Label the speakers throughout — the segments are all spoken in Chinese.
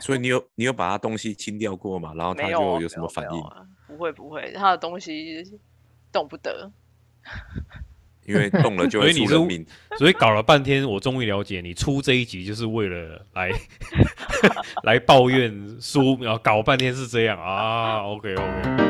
Speaker 1: 所以你有你有把他东西清掉过吗？然后他
Speaker 2: 没有啊
Speaker 1: 就
Speaker 2: 没
Speaker 1: 有什么
Speaker 2: 没
Speaker 1: 反
Speaker 2: 有
Speaker 1: 应？
Speaker 2: 啊？不会不会，他的东西动不得。
Speaker 1: 因为动了就会
Speaker 3: 所以你
Speaker 1: 出
Speaker 3: 是
Speaker 1: 人命。
Speaker 3: 所以搞了半天，我终于了解你出这一集就是为了来 来抱怨输，然后搞半天是这样啊。OK OK。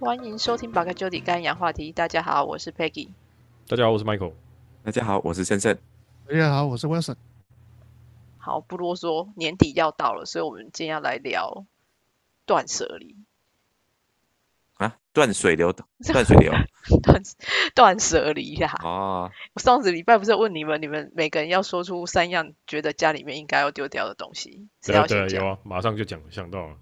Speaker 2: 欢迎收听《八个九里干养话题》，大家好，我是 Peggy。
Speaker 3: 大家好，我是 Michael。
Speaker 1: 大家好，我是森森。
Speaker 4: 大家好，我是 Wilson。
Speaker 2: 好，不啰嗦，年底要到了，所以我们今天要来聊断舍离。
Speaker 1: 啊，断水流，断水 流
Speaker 2: 断断舍离啦！
Speaker 1: 哦，
Speaker 2: 我上次礼拜不是问你们，你们每个人要说出三样觉得家里面应该要丢掉的东西，谁
Speaker 3: 对啊
Speaker 2: 要
Speaker 3: 对啊
Speaker 2: 先，讲？
Speaker 3: 有啊，马上就讲想到了，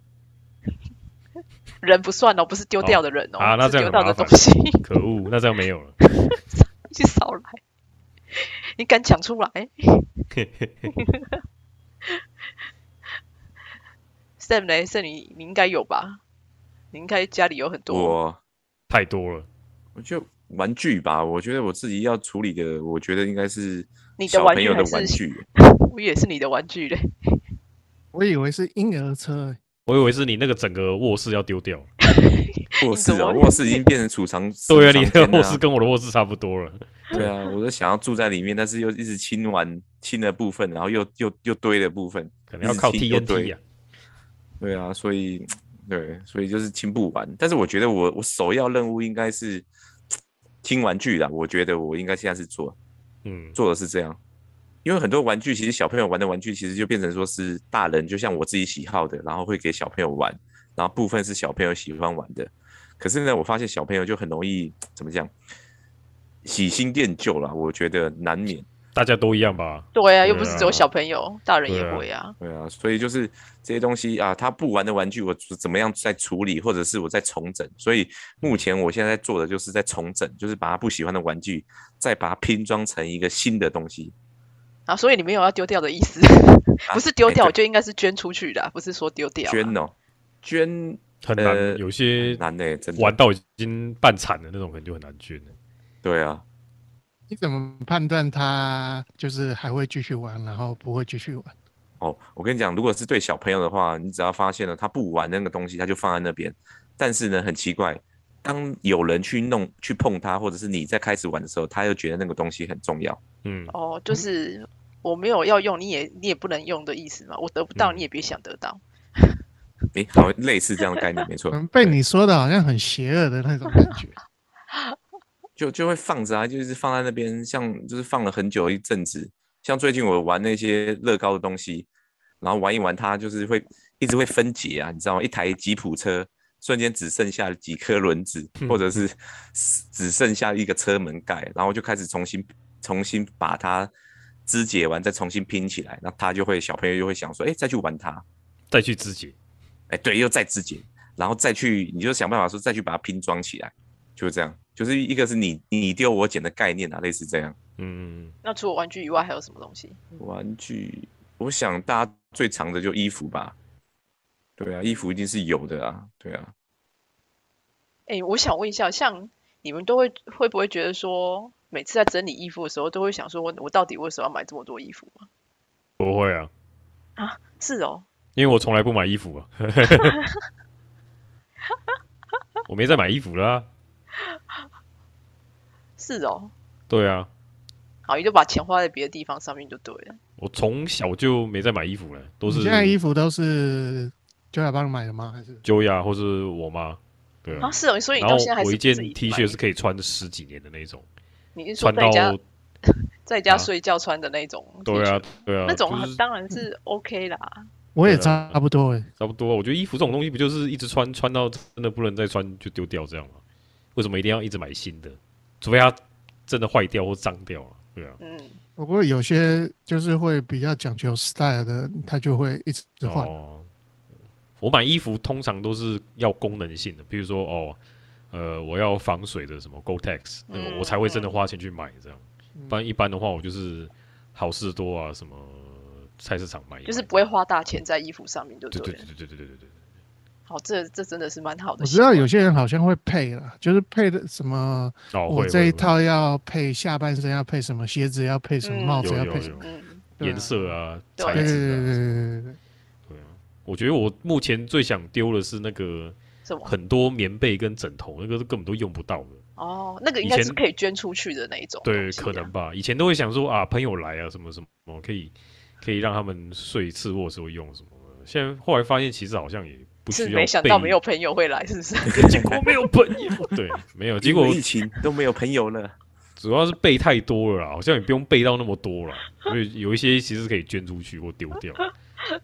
Speaker 2: 人不算哦，不是丢掉的人哦，
Speaker 3: 哦啊那
Speaker 2: 是
Speaker 3: 这样
Speaker 2: 丢
Speaker 3: 很
Speaker 2: 掉的东
Speaker 3: 麻烦
Speaker 2: 西，
Speaker 3: 可恶，那这样没有了。
Speaker 2: 去少来！你敢讲出来？Sam 嘞，Sam 你你应该有吧？你应该家里有很多，
Speaker 1: 我
Speaker 3: 太多了，
Speaker 1: 我就玩具吧，我觉得我自己要处理的，我觉得应该是
Speaker 2: 你的
Speaker 1: 小
Speaker 2: 玩
Speaker 1: 朋
Speaker 2: 具
Speaker 1: 友的
Speaker 2: 还是
Speaker 1: 玩 具。
Speaker 2: 我也是你的玩具嘞。
Speaker 4: 我以为是婴儿车欸，
Speaker 3: 我以为是你那个整个卧室要丢掉。
Speaker 1: 卧室
Speaker 2: 怎
Speaker 1: 啊，
Speaker 2: 么
Speaker 1: 卧 室已经变成储藏
Speaker 3: 对啊，
Speaker 1: 储
Speaker 3: 你
Speaker 1: 藏
Speaker 3: 的
Speaker 1: 间
Speaker 3: 卧
Speaker 1: 啊
Speaker 3: 室跟我的卧室差不多了。
Speaker 1: 对啊，我都想要住在里面，但是又一直清完清的部分，然后又又又堆的部分，
Speaker 3: 可能要 靠
Speaker 1: 一直清又
Speaker 3: TNT 啊。
Speaker 1: 对啊，所以对，所以就是清不完。但是我觉得我我首要任务应该是清玩具啦，我觉得我应该现在是做
Speaker 3: 嗯，
Speaker 1: 做的是这样，因为很多玩具其实小朋友玩的玩具其实就变成说是大人，就像我自己喜好的，然后会给小朋友玩，然后部分是小朋友喜欢玩的。可是呢，我发现小朋友就很容易怎么讲，喜新厌旧啦，我觉得难免。
Speaker 3: 大家都一样吧？
Speaker 2: 对啊，又
Speaker 3: 对
Speaker 2: 不是只有
Speaker 3: 啊
Speaker 2: 小朋友，大人也
Speaker 3: 对啊
Speaker 2: 会啊。
Speaker 1: 对啊，所以就是这些东西啊，他不玩的玩具，我怎么样在处理，或者是我在重整。所以目前我现在在做的就是在重整，就是把他不喜欢的玩具，再把它拼装成一个新的东西。
Speaker 2: 啊，所以你没有要丢掉的意
Speaker 3: 啊
Speaker 2: 思，不是丢
Speaker 1: 哎
Speaker 2: 掉，
Speaker 1: 对
Speaker 2: 就应该是捐出去的啊，不是说丢掉啊。
Speaker 1: 捐哦，捐
Speaker 3: 很难，
Speaker 1: 呃
Speaker 3: 有些
Speaker 1: 难呢、真的。
Speaker 3: 玩到已经半残的那种，可能就很难捐了。
Speaker 1: 对啊，
Speaker 4: 你怎么判断他就是还会继续玩，然后不会继续玩？
Speaker 1: 哦，我跟你讲，如果是对小朋友的话，你只要发现了他不玩那个东西，他就放在那边。但是呢，很奇怪，当有人去弄、去碰它，或者是你在开始玩的时候，他又觉得那个东西很重要。
Speaker 3: 嗯，
Speaker 2: 哦，就是我没有要用，你也你也不能用的意思嘛。我得不到，
Speaker 3: 嗯
Speaker 2: 你也别想得到。
Speaker 1: 诶，好，类似这样的概念，没错。
Speaker 4: 嗯，被你说的好像很邪恶的那种感觉。
Speaker 1: 就就会放着啊，就是放在那边，像就是放了很久一阵子。像最近我玩那些乐高的东西，然后玩一玩它，就是会一直会分解啊，你知道吗？一台吉普车瞬间只剩下几颗轮子，或者是只剩下一个车门盖，然后就开始重新重新把它肢解完，再重新拼起来。那他就会小朋友就会想说，哎，再去玩它，
Speaker 3: 再去肢解。
Speaker 1: 哎，对，又再肢解，然后再去，你就想办法说再去把它拼装起来，就是这样，就是一个是你你丢我捡的概念啊，类似这样。
Speaker 3: 嗯，
Speaker 2: 那除了玩具以外，还有什么东西？
Speaker 1: 玩具，我想大家最常的就衣服吧，对啊，衣服一定是有的啊，对啊，
Speaker 2: 哎，我想问一下，像你们都会会不会觉得说，每次在整理衣服的时候，都会想说我我到底为什么要买这么多衣服吗？
Speaker 3: 不会啊，
Speaker 2: 是哦，
Speaker 3: 因为我从来不买衣 服啊，我没在买衣服啦、
Speaker 2: 是哦。
Speaker 3: 对啊，
Speaker 2: 好，你就把钱花在别的地方上面就对了。
Speaker 3: 我从小就没在买衣服了， 都是
Speaker 4: 你现在衣服都是九小帮你买的吗？还是
Speaker 3: 九雅或是我妈。对啊
Speaker 2: 啊，，是哦，所以你
Speaker 3: 然后
Speaker 2: 到现在还
Speaker 3: 我
Speaker 2: 是
Speaker 3: 一
Speaker 2: 不
Speaker 3: 件
Speaker 2: 自己
Speaker 3: T
Speaker 2: 买
Speaker 3: 恤是，可以穿十几年的那种，
Speaker 2: 你是说
Speaker 3: 穿
Speaker 2: 在
Speaker 3: 到
Speaker 2: 家在家
Speaker 3: 啊
Speaker 2: 睡觉穿的那种 T 恤？
Speaker 3: 对啊对啊，
Speaker 2: 那种
Speaker 3: 就
Speaker 2: 很
Speaker 3: 是
Speaker 2: 当然是 OK 啦。
Speaker 4: 我也
Speaker 3: 对啊
Speaker 4: 差不多哎、
Speaker 3: 差不多啊。我觉得衣服这种东西不就是一直穿穿到真的不能再穿就丢掉这样吗？为什么一定要一直买新的？除非它真的坏掉或脏掉了、对啊。
Speaker 2: 嗯，
Speaker 4: 不过有些就是会比较讲究 style 的，他就会一直换。
Speaker 3: 哦，我买衣服通常都是要功能性的，比如说哦，呃，我要防水的什么 Gore-Tex，、那
Speaker 2: 嗯
Speaker 3: 个我才会真的花钱去买这样。
Speaker 4: 嗯
Speaker 3: 不然一般的话，我就是好事多啊，什么菜市场买一买
Speaker 2: 就是不会花大钱在衣服上面就
Speaker 3: 对
Speaker 2: 对
Speaker 3: 对
Speaker 2: 了。
Speaker 3: 对对对对对对，
Speaker 2: 好，这这真的是蛮好的
Speaker 4: 我
Speaker 2: 习
Speaker 4: 知
Speaker 2: 惯。
Speaker 4: 道有些人好像会配了，就是配的什么，
Speaker 3: 哦，
Speaker 4: 我
Speaker 3: 会
Speaker 4: 这一
Speaker 3: 会
Speaker 4: 套要配下半身要配什么，鞋子要配什么，
Speaker 2: 嗯
Speaker 4: 帽子
Speaker 3: 有
Speaker 4: 要
Speaker 3: 有
Speaker 4: 配什么，
Speaker 3: 有
Speaker 2: 嗯，
Speaker 4: 对啊
Speaker 3: 颜色啊、
Speaker 2: 对
Speaker 3: 材
Speaker 4: 对对对对
Speaker 3: 质啊，
Speaker 4: 对对对，
Speaker 3: 对啊。我觉得我目前最想丢的是那个
Speaker 2: 什么？
Speaker 3: 很多棉被跟枕头，那个是根本都用不到的。
Speaker 2: 哦，那个应
Speaker 3: 以
Speaker 2: 该是
Speaker 3: 前
Speaker 2: 可以捐出去的那一种东
Speaker 3: 对，
Speaker 2: 西
Speaker 3: 可
Speaker 2: 啊
Speaker 3: 能吧。以前都会想说啊，朋友来啊，什么什么，可以可以让他们睡次卧时候用什么的。现在后来发现，其实好像也不需
Speaker 2: 是
Speaker 3: 要。
Speaker 2: 没想到没有，朋友 会来，是不是？
Speaker 3: 结果没有朋友。对，没有。结果
Speaker 1: 因为疫情都没有朋友了，
Speaker 3: 主要是备太多了啦，好像也不用备到那么多了，所以有一些其实可以捐出去或丢掉。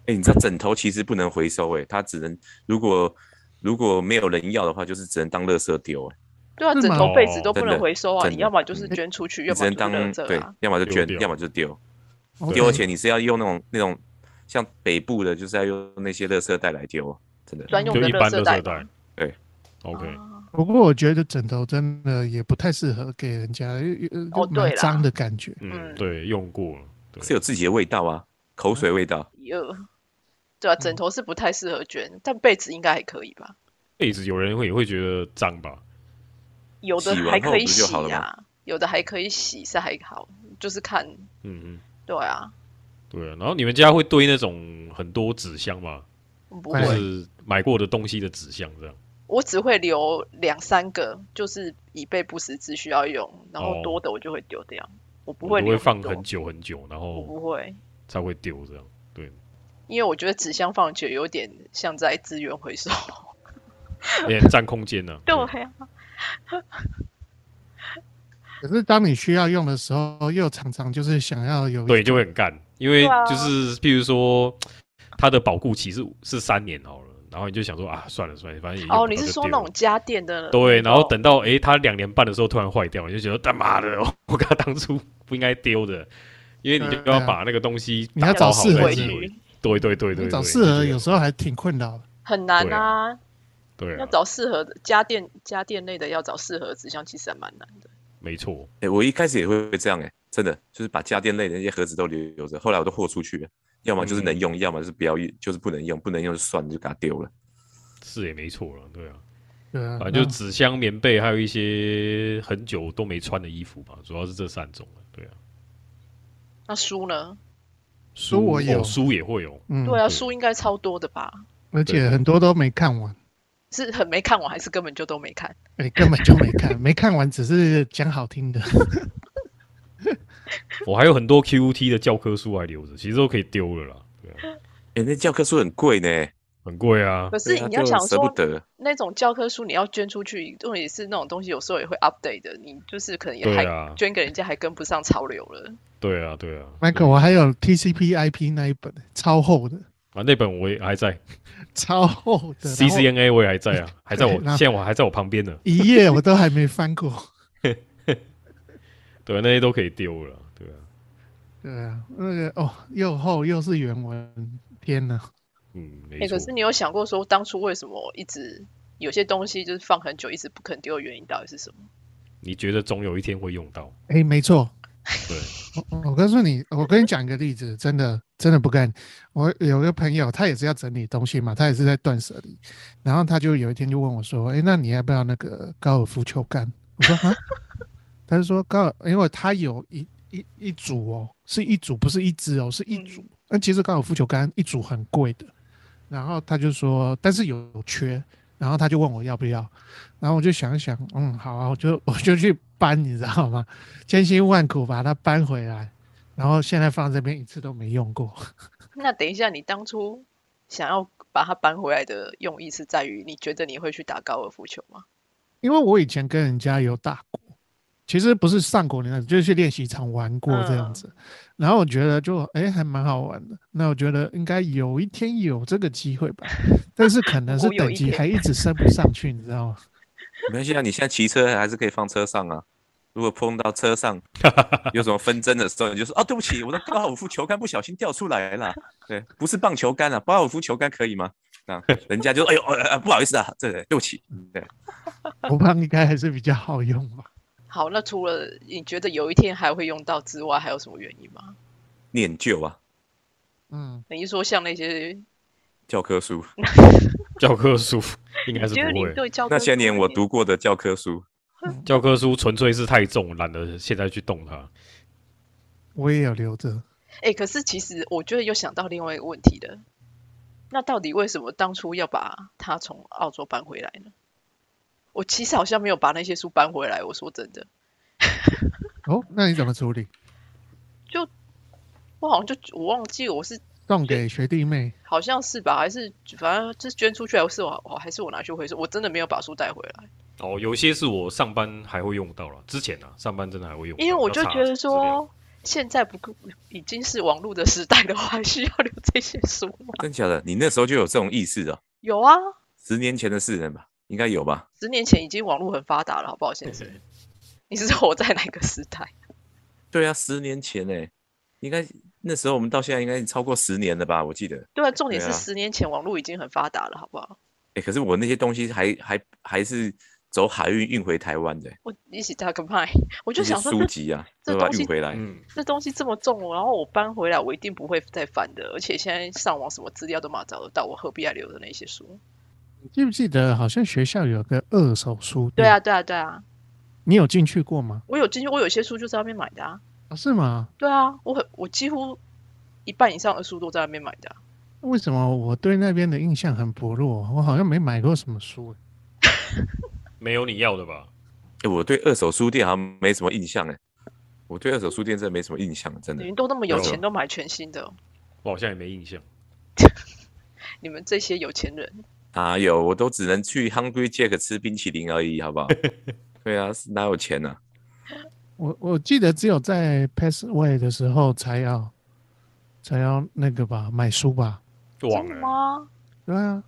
Speaker 1: 哎、你知道枕头其实不能回收、哎，它只能如果如果没有人要的话，就是只能当垃圾丢、哎，
Speaker 2: 对啊，
Speaker 4: 是
Speaker 2: 枕
Speaker 4: 吗
Speaker 2: 头被子都不
Speaker 1: 哦真
Speaker 2: 能
Speaker 1: 的
Speaker 2: 回收啊，
Speaker 1: 真
Speaker 2: 你
Speaker 1: 的
Speaker 2: 要么就是捐出去，
Speaker 1: 你
Speaker 2: 要
Speaker 1: 只
Speaker 2: 么
Speaker 1: 能
Speaker 2: 就是
Speaker 1: 当
Speaker 2: 扔
Speaker 1: 对
Speaker 2: 着啊。，
Speaker 1: 要么就
Speaker 3: 丢
Speaker 1: 捐，
Speaker 3: 掉
Speaker 1: 要么就丢。
Speaker 4: OK
Speaker 1: 丢而且你是要用那种那种像北部的，就是要用那些垃圾袋来丢，真的。
Speaker 2: 专用
Speaker 3: 就
Speaker 2: 的
Speaker 3: 一般
Speaker 2: 垃圾
Speaker 3: 垃
Speaker 2: 袋
Speaker 3: 圾
Speaker 2: 嘛
Speaker 3: 袋。
Speaker 1: 对
Speaker 3: ，OK，
Speaker 2: 啊
Speaker 4: 不过我觉得枕头真的也不太适合给人家，呃
Speaker 2: 哦对
Speaker 4: 蛮
Speaker 2: 啦
Speaker 4: 脏的感觉。
Speaker 3: 嗯，
Speaker 2: 嗯
Speaker 3: 对，用过了，对
Speaker 1: 是有自己的味道啊，口水味道。
Speaker 2: 有，对啊，枕头是不太适合捐，但被子应该还可以吧？
Speaker 3: 被子有人会也会觉得脏吧？
Speaker 2: 有的
Speaker 1: 洗完
Speaker 2: 还
Speaker 1: 后
Speaker 2: 可以
Speaker 1: 不就
Speaker 2: 洗
Speaker 1: 好了吗
Speaker 2: 啊，有的还可以洗是还好，就是看
Speaker 3: 嗯嗯，
Speaker 2: 对啊，
Speaker 3: 对啊。然后你们家会堆那种很多纸箱吗？
Speaker 2: 不
Speaker 4: 哎
Speaker 3: 就
Speaker 2: 会，
Speaker 3: 是买过的东西的纸箱这样。
Speaker 2: 我只会留两三个，就是以备不时之需要用，然
Speaker 3: 哦
Speaker 2: 后多的我就会丢掉，我不
Speaker 3: 我
Speaker 2: 会
Speaker 3: 都
Speaker 2: 留
Speaker 3: 会放
Speaker 2: 多
Speaker 3: 很，久很久，然
Speaker 2: 我
Speaker 3: 后
Speaker 2: 不会，
Speaker 3: 才会丢 这样。
Speaker 2: 因为我觉得纸箱放久有点像在资源回 收。
Speaker 3: 有点占空间呢、
Speaker 2: 对 啊，
Speaker 4: 可是当你需要用的时候，又常常就是想要有
Speaker 3: 对，就会很干，因为
Speaker 2: 对啊
Speaker 3: 就是譬如说，它的保固期是是三年好了，然后你就想说啊，算了算了，反正也用
Speaker 2: 哦，
Speaker 3: 不
Speaker 2: 你
Speaker 3: 到
Speaker 2: 是
Speaker 3: 就
Speaker 2: 说
Speaker 3: 丢
Speaker 2: 那
Speaker 3: 了
Speaker 2: 种家电的？
Speaker 3: 对，然后等到诶，它两年半的时候突然坏掉，你就觉得他妈的，我我刚当初不应该丢的，因为你就
Speaker 4: 对啊啊
Speaker 3: 要把那个东西
Speaker 4: 你
Speaker 3: 打
Speaker 4: 要
Speaker 3: 包
Speaker 4: 找
Speaker 3: 好
Speaker 4: 适合
Speaker 3: 再
Speaker 2: 回
Speaker 4: 的
Speaker 3: 丢
Speaker 2: 去
Speaker 3: 对对对对，
Speaker 4: 找
Speaker 3: 对
Speaker 4: 适合，
Speaker 3: 就
Speaker 4: 有时候还挺困扰的。
Speaker 2: 很难
Speaker 3: 对
Speaker 2: 啊，
Speaker 3: 对
Speaker 2: 要
Speaker 3: 啊，
Speaker 2: 找适合的家电家电类的，要找适合的纸箱其实还蛮难的。
Speaker 3: 没错，
Speaker 1: 哎、我一开始也会这样、哎，真的就是把家电类的那些盒子都留留着，后来我都豁出去了，要么就是能用，要么就是不要用，就是不能用，不能用就算了，就给它丢了。
Speaker 3: 是也没错了，对啊，
Speaker 4: 对啊，
Speaker 3: 反正就
Speaker 4: 那
Speaker 3: 纸箱、棉被，还有一些很久都没穿的衣服吧，主要是这三种了，对啊，
Speaker 2: 那书呢？
Speaker 3: 书
Speaker 4: 我有
Speaker 3: 哦书也会有，
Speaker 4: 嗯，
Speaker 2: 对啊，
Speaker 3: 对
Speaker 2: 书应该超多的吧？
Speaker 4: 而且很多都没看完，
Speaker 2: 是很没看完，还是根本就都没看？
Speaker 4: 哎，根本就没看，没看完只是讲好听 的。
Speaker 3: 我还有很多 QT 的教科书还留着，其实都可以丢了啦，对啊，
Speaker 1: 哎、那教科书很贵呢、
Speaker 3: 很贵啊
Speaker 1: 对
Speaker 2: 可，是
Speaker 1: 啊
Speaker 2: 你要
Speaker 1: 就
Speaker 2: 想
Speaker 1: 舍不
Speaker 2: 说，
Speaker 1: 得。
Speaker 2: 那种教科书你要捐出去，重点是那种东西有时候也会 update 的，你就是可能也
Speaker 3: 对
Speaker 2: 还、
Speaker 3: 啊
Speaker 2: 捐给人家还跟不上潮流了。
Speaker 3: 对啊，对啊
Speaker 4: Michael，我还有 TCP/IP 那一本超厚的，
Speaker 3: 啊那本我也还在
Speaker 4: 超厚的然后
Speaker 3: ，CCNA 我也还 在啊，还在我
Speaker 4: 对然后
Speaker 3: 现在我还在我旁边呢，
Speaker 4: 一页我都还没翻过。
Speaker 3: 对啊，那些都可以丢了，对啊，
Speaker 4: 对啊，那个哦，又厚又是原文，天哪！
Speaker 3: 嗯，没
Speaker 2: 哎、
Speaker 3: 错
Speaker 2: 可，是你有想过说，当初为什么一直有些东西就是放很久一直不肯丢的原因到底是什么？
Speaker 3: 你觉得总有一天会用到，
Speaker 4: 哎，没错，
Speaker 3: 对，
Speaker 4: 我我告诉你，我跟你讲一个例子，真的真的不干。我有个朋友，他也是要整理东西嘛，他也是在断舍离，然后他就有一天就问我说：“哎，那你要不要那个高尔夫球杆？”我说：“啊。”他就说高尔，因为他有一一一组哦，是一组，不是一只哦，是一组。那、其实高尔夫球杆一组很贵的，然后他就说，但是有缺，然后他就问我要不要，然后我就想一想，嗯，好啊，我就我就去搬，你知道吗？千辛万苦把它搬回来，然后现在放这边一次都没用过。
Speaker 2: 那等一下，你当初想要把它搬回来的用意是在于你觉得你会去打高尔夫球吗？
Speaker 4: 因为我以前跟人家有打过，其实不是上过那种，就是去练习场玩过这样子。
Speaker 2: 嗯
Speaker 4: 然后我觉得就哎还蛮好玩的，那我觉得应该有一天有这个机会 吧，但是可能是
Speaker 2: 我有
Speaker 4: 等
Speaker 2: 一
Speaker 4: 级
Speaker 2: 天
Speaker 4: 还一直升不上去，你知道 吗？
Speaker 1: 没关系啊，你现在骑车还是可以放车上啊。如果碰到车上有什么纷争的时候，你就说啊，对不起，我的高尔夫球杆不小心掉出来了。对，不是棒球杆啊，高尔夫球杆可以吗？啊，人家就哎呦，呃呃不好意思啊，这对不起，对，
Speaker 4: 我棒应该还是比较好用吧。
Speaker 2: 好，那除了你觉得有一天还会用到之外，还有什么原因吗？
Speaker 1: 念旧啊，
Speaker 4: 嗯，
Speaker 2: 等于说像那些
Speaker 1: 教科书，
Speaker 3: 教科书应该是
Speaker 2: 觉得
Speaker 3: 不
Speaker 2: 你
Speaker 3: 会。
Speaker 2: 对教
Speaker 1: 那
Speaker 2: 科
Speaker 1: 些
Speaker 2: 书
Speaker 1: 年
Speaker 2: 有
Speaker 1: 我
Speaker 2: 点
Speaker 1: 读过的教科书，
Speaker 3: 教科书纯粹是太重，懒得现在去动它。
Speaker 4: 我也有留着。
Speaker 2: 哎、可是其实我觉得又想到另外一个问题的，那到底为什么当初要把它从澳洲搬回来呢？我其实好像没有把那些书搬回来，我说真的，
Speaker 4: 哦，那你怎么处理？
Speaker 2: 我好像就我忘记我是
Speaker 4: 送给学弟妹？
Speaker 2: 好像是吧，还是反正就是捐出去，还是我我还是我拿去回收，我真的没有把书带回来，
Speaker 3: 哦，有些是我上班还会用到了，之前啊，上班真的还会用到。
Speaker 2: 因为我
Speaker 3: 要
Speaker 2: 就
Speaker 3: 查
Speaker 2: 觉得
Speaker 3: 资料，
Speaker 2: 说。现在不够已经是网络的时代的话， 还需要留这些书吗？
Speaker 1: 真假的？你那时候就有这种意识哦？
Speaker 2: 有啊，
Speaker 1: 十年前的事了吧？应该有吧？
Speaker 2: 十年前已经网络很发达了，好不好，先生？你是活在哪个时代？
Speaker 1: 对啊，十年前哎、应该那时候我们到现在应该超过十年了吧？我记得。
Speaker 2: 对啊，重点
Speaker 1: 对
Speaker 2: 是
Speaker 1: 啊
Speaker 2: 十年前网络已经很发达了，好不好？
Speaker 1: 哎、可是我那些东西还还还是走海运运回台湾的、欸，
Speaker 2: 我一起打个麦，我就
Speaker 1: 那些
Speaker 2: 想说
Speaker 1: 书
Speaker 2: 这
Speaker 1: 籍啊，
Speaker 2: 这
Speaker 1: 都把它
Speaker 2: 东西
Speaker 1: 运回来。
Speaker 3: 嗯，
Speaker 2: 这东西这么重哦，然后我搬回来，我一定不会再翻的。而且现在上网什么资料都马找得到，我何必还留着那些书？
Speaker 4: 你记不记得好像学校有个二手书店？
Speaker 2: 对
Speaker 1: 嗯
Speaker 2: 啊，，对啊，对啊，
Speaker 4: 你有进去过吗？
Speaker 2: 我有进去，我有些书就在那边买的啊。
Speaker 4: 啊，是吗？
Speaker 2: 对啊，我很我几乎一半以上的书都在那边买的啊、
Speaker 4: 为什么我对那边的印象很薄弱？我好像没买过什么书。
Speaker 3: 没有你要的吧？
Speaker 1: 哎、我对二手书店好像没什么印象哎、我对二手书店真的没什么印象，
Speaker 4: 嗯
Speaker 1: 真的
Speaker 2: 你。们都那么有
Speaker 1: 有
Speaker 2: 钱，都买全新的哦，
Speaker 3: 我好像也没印象。
Speaker 2: 你们这些有钱人，
Speaker 1: 啊，有我都只能去 Hungry Jack 吃冰淇淋而已，好不 好？对啊，是哪有钱呢、啊？
Speaker 4: 我我记得只有在 Passway 的时候才要才要那个吧，买书吧。
Speaker 3: 忘
Speaker 2: 真的
Speaker 3: 了，
Speaker 2: 吗？
Speaker 4: 对啊，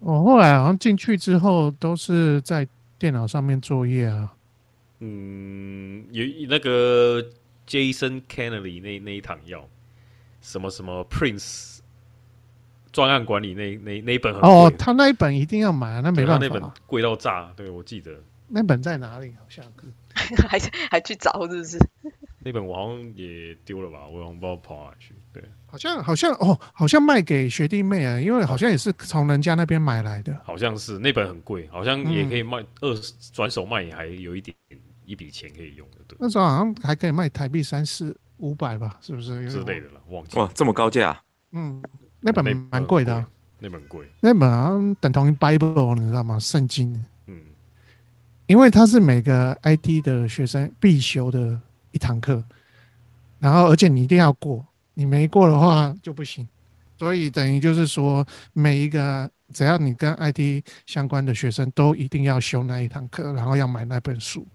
Speaker 4: 我后来好像进去之后都是在电脑上面作业啊。
Speaker 3: 嗯，有那个 Jason Kennedy 那那一堂要什么什么 Prince 专案管理那那那一本很贵
Speaker 4: 哦，他那一本一定要买啊，那没
Speaker 3: 对他
Speaker 4: 办
Speaker 3: 那
Speaker 4: 法
Speaker 3: 本
Speaker 4: 啊。
Speaker 3: 贵到炸，对我记得
Speaker 4: 那本在哪里？好像
Speaker 2: 还还去找是不是？
Speaker 3: 那本我好像也丢了吧，我好像不知道跑哪去。对，
Speaker 4: 好像好像哦，好像卖给学弟妹啊，因为好像也是从人家那边买来的。
Speaker 3: 好像是那本很贵，好像也
Speaker 4: 嗯
Speaker 3: 可以卖二十转手卖，还有一点一笔钱可以用的，对
Speaker 4: 那时候好像还可以卖台币三四五百吧，是不是？
Speaker 3: 之类。的了，忘记
Speaker 1: 哇，这么高价、啊，
Speaker 4: 嗯，那本
Speaker 3: 那
Speaker 4: 蛮贵的啊、
Speaker 3: 那本很贵，
Speaker 4: 那本好像等同于 Bible，你知道吗？圣经，
Speaker 3: 嗯，
Speaker 4: 因为它是每个 IT 的学生必修的一堂课，然后而且你一定要过，你没过的话就不行。所以等于就是说，每一个只要你跟 IT 相关的学生都一定要修那一堂课，然后要买那本书。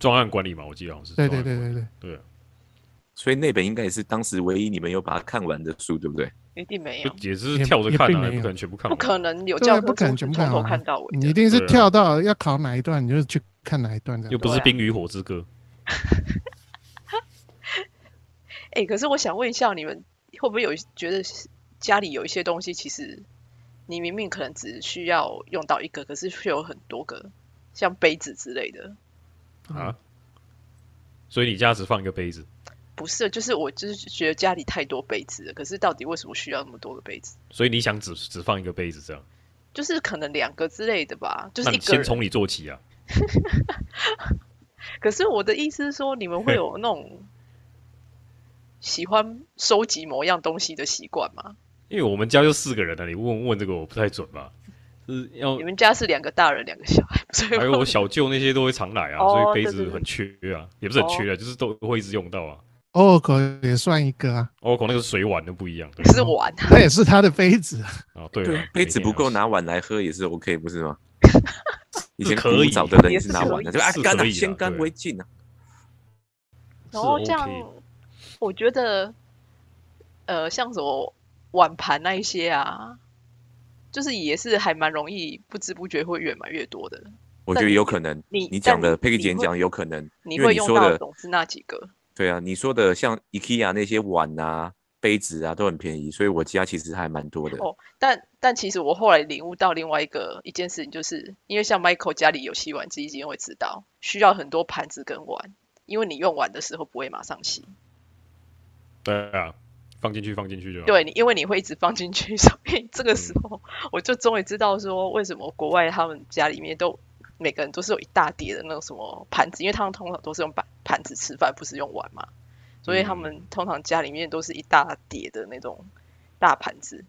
Speaker 3: 专案管理嘛，我记得好像是。
Speaker 4: 对对对对对，
Speaker 3: 对啊，
Speaker 1: 所以那本应该也是当时唯一你们有把它看完的书，对不对？
Speaker 2: 一定没有
Speaker 3: 就，也是跳着看
Speaker 4: 也也并
Speaker 3: 啊，
Speaker 4: 没有
Speaker 3: 也不可能全部看
Speaker 2: 不
Speaker 3: 完。
Speaker 2: 可能有
Speaker 4: 对
Speaker 2: 教
Speaker 4: 啊
Speaker 2: 科
Speaker 4: 不可能
Speaker 2: 书是
Speaker 4: 全部
Speaker 2: 从
Speaker 4: 看
Speaker 2: 头
Speaker 4: 完啊
Speaker 2: 看到尾的。
Speaker 4: 你一定是
Speaker 3: 对啊
Speaker 4: 跳到要考哪一段，你就去看哪一段这
Speaker 3: 又
Speaker 4: 样。
Speaker 3: 不是
Speaker 2: 对
Speaker 3: 《
Speaker 2: 啊
Speaker 3: 冰与火之歌》
Speaker 2: 哎、可是我想问一下，你们会不会有一觉得是家里有一些东西，其实你明明可能只需要用到一个，可是却有很多个，像杯子之类的？
Speaker 4: 嗯
Speaker 3: 啊，所以你家只放一个杯子，
Speaker 2: 不是，就是我就是觉得家里太多杯子了，可是到底为什么需要那么多个杯子？
Speaker 3: 所以你想只只放一个杯子这样，
Speaker 2: 就是可能两个之类的吧，就
Speaker 3: 那
Speaker 2: 是一
Speaker 3: 你
Speaker 2: 个
Speaker 3: 先
Speaker 2: 人。
Speaker 3: 从你做起啊。
Speaker 2: 可是我的意思是说，你们会有那种喜欢收集某样东西的习惯吗？
Speaker 3: 因为我们家就四个人啊，你问问这个我不太准吧？就是要
Speaker 2: 你们家是两个大人，两个小孩，所以
Speaker 3: 还有
Speaker 2: 会
Speaker 3: 哎 我小舅那些都会常来啊，
Speaker 2: 哦
Speaker 3: 所以杯
Speaker 2: 对
Speaker 3: 子
Speaker 2: 对哦
Speaker 3: 很缺啊，也不是很缺啊，就是都会一直用到啊。
Speaker 4: Oracle 也算一个啊，
Speaker 3: 哦，可那个水碗都不一 样，对
Speaker 2: 是玩啊，
Speaker 4: 那也是他的杯子啊。
Speaker 3: 啊，对啊，
Speaker 1: 杯子不够
Speaker 3: 拿。
Speaker 1: 拿碗来喝也是 OK，不 是吗？以
Speaker 3: 是
Speaker 1: 前
Speaker 3: 可以
Speaker 1: 古早的人
Speaker 2: 也
Speaker 1: 也是
Speaker 2: 是
Speaker 1: 拿
Speaker 2: 可
Speaker 1: 碗的，
Speaker 2: 以
Speaker 1: 就啊
Speaker 3: 是
Speaker 1: 干
Speaker 3: 可
Speaker 1: 啊，
Speaker 3: 以啊
Speaker 1: 先干
Speaker 3: 对
Speaker 1: 为敬啊。
Speaker 2: 然
Speaker 3: 是
Speaker 2: 后这样
Speaker 3: OK
Speaker 2: 我觉得，呃，像什么碗盘那一些啊，就是也是还蛮容易不知不觉会越买越多的。
Speaker 1: 我
Speaker 2: 那
Speaker 1: 觉得
Speaker 2: 你
Speaker 1: 有可能，
Speaker 2: 你
Speaker 1: 你
Speaker 2: 但
Speaker 1: 讲的佩
Speaker 2: 你
Speaker 1: 奇姐
Speaker 2: 会
Speaker 1: 讲有可能，
Speaker 2: 你
Speaker 1: 因为
Speaker 2: 会
Speaker 1: 你
Speaker 2: 用
Speaker 1: 说
Speaker 2: 到
Speaker 1: 的
Speaker 2: 的总是那几个，
Speaker 1: 对啊，你说的像 IKEA 那些碗啊、杯子啊都很便宜，所以我家其实还蛮多的。
Speaker 2: 哦但但其实我后来领悟到另外一个一件事情，就是因为像 Michael 家里有洗碗机，一定会知道需要很多盘子跟碗，因为你用完的时候不会马上洗。
Speaker 3: 对啊，放进去，放进去
Speaker 4: 嗯
Speaker 3: 就好。
Speaker 2: 对你，因为你会一直放进去， 所以这个时候我就终于知道说，为什么国外他们家里面都每个人都是有一大叠的那种什么盘子，因为他们通常都是用盘盘子吃饭，不是用碗嘛，所
Speaker 4: 嗯
Speaker 2: 以他们通常家里面都是一大叠的那种大盘子。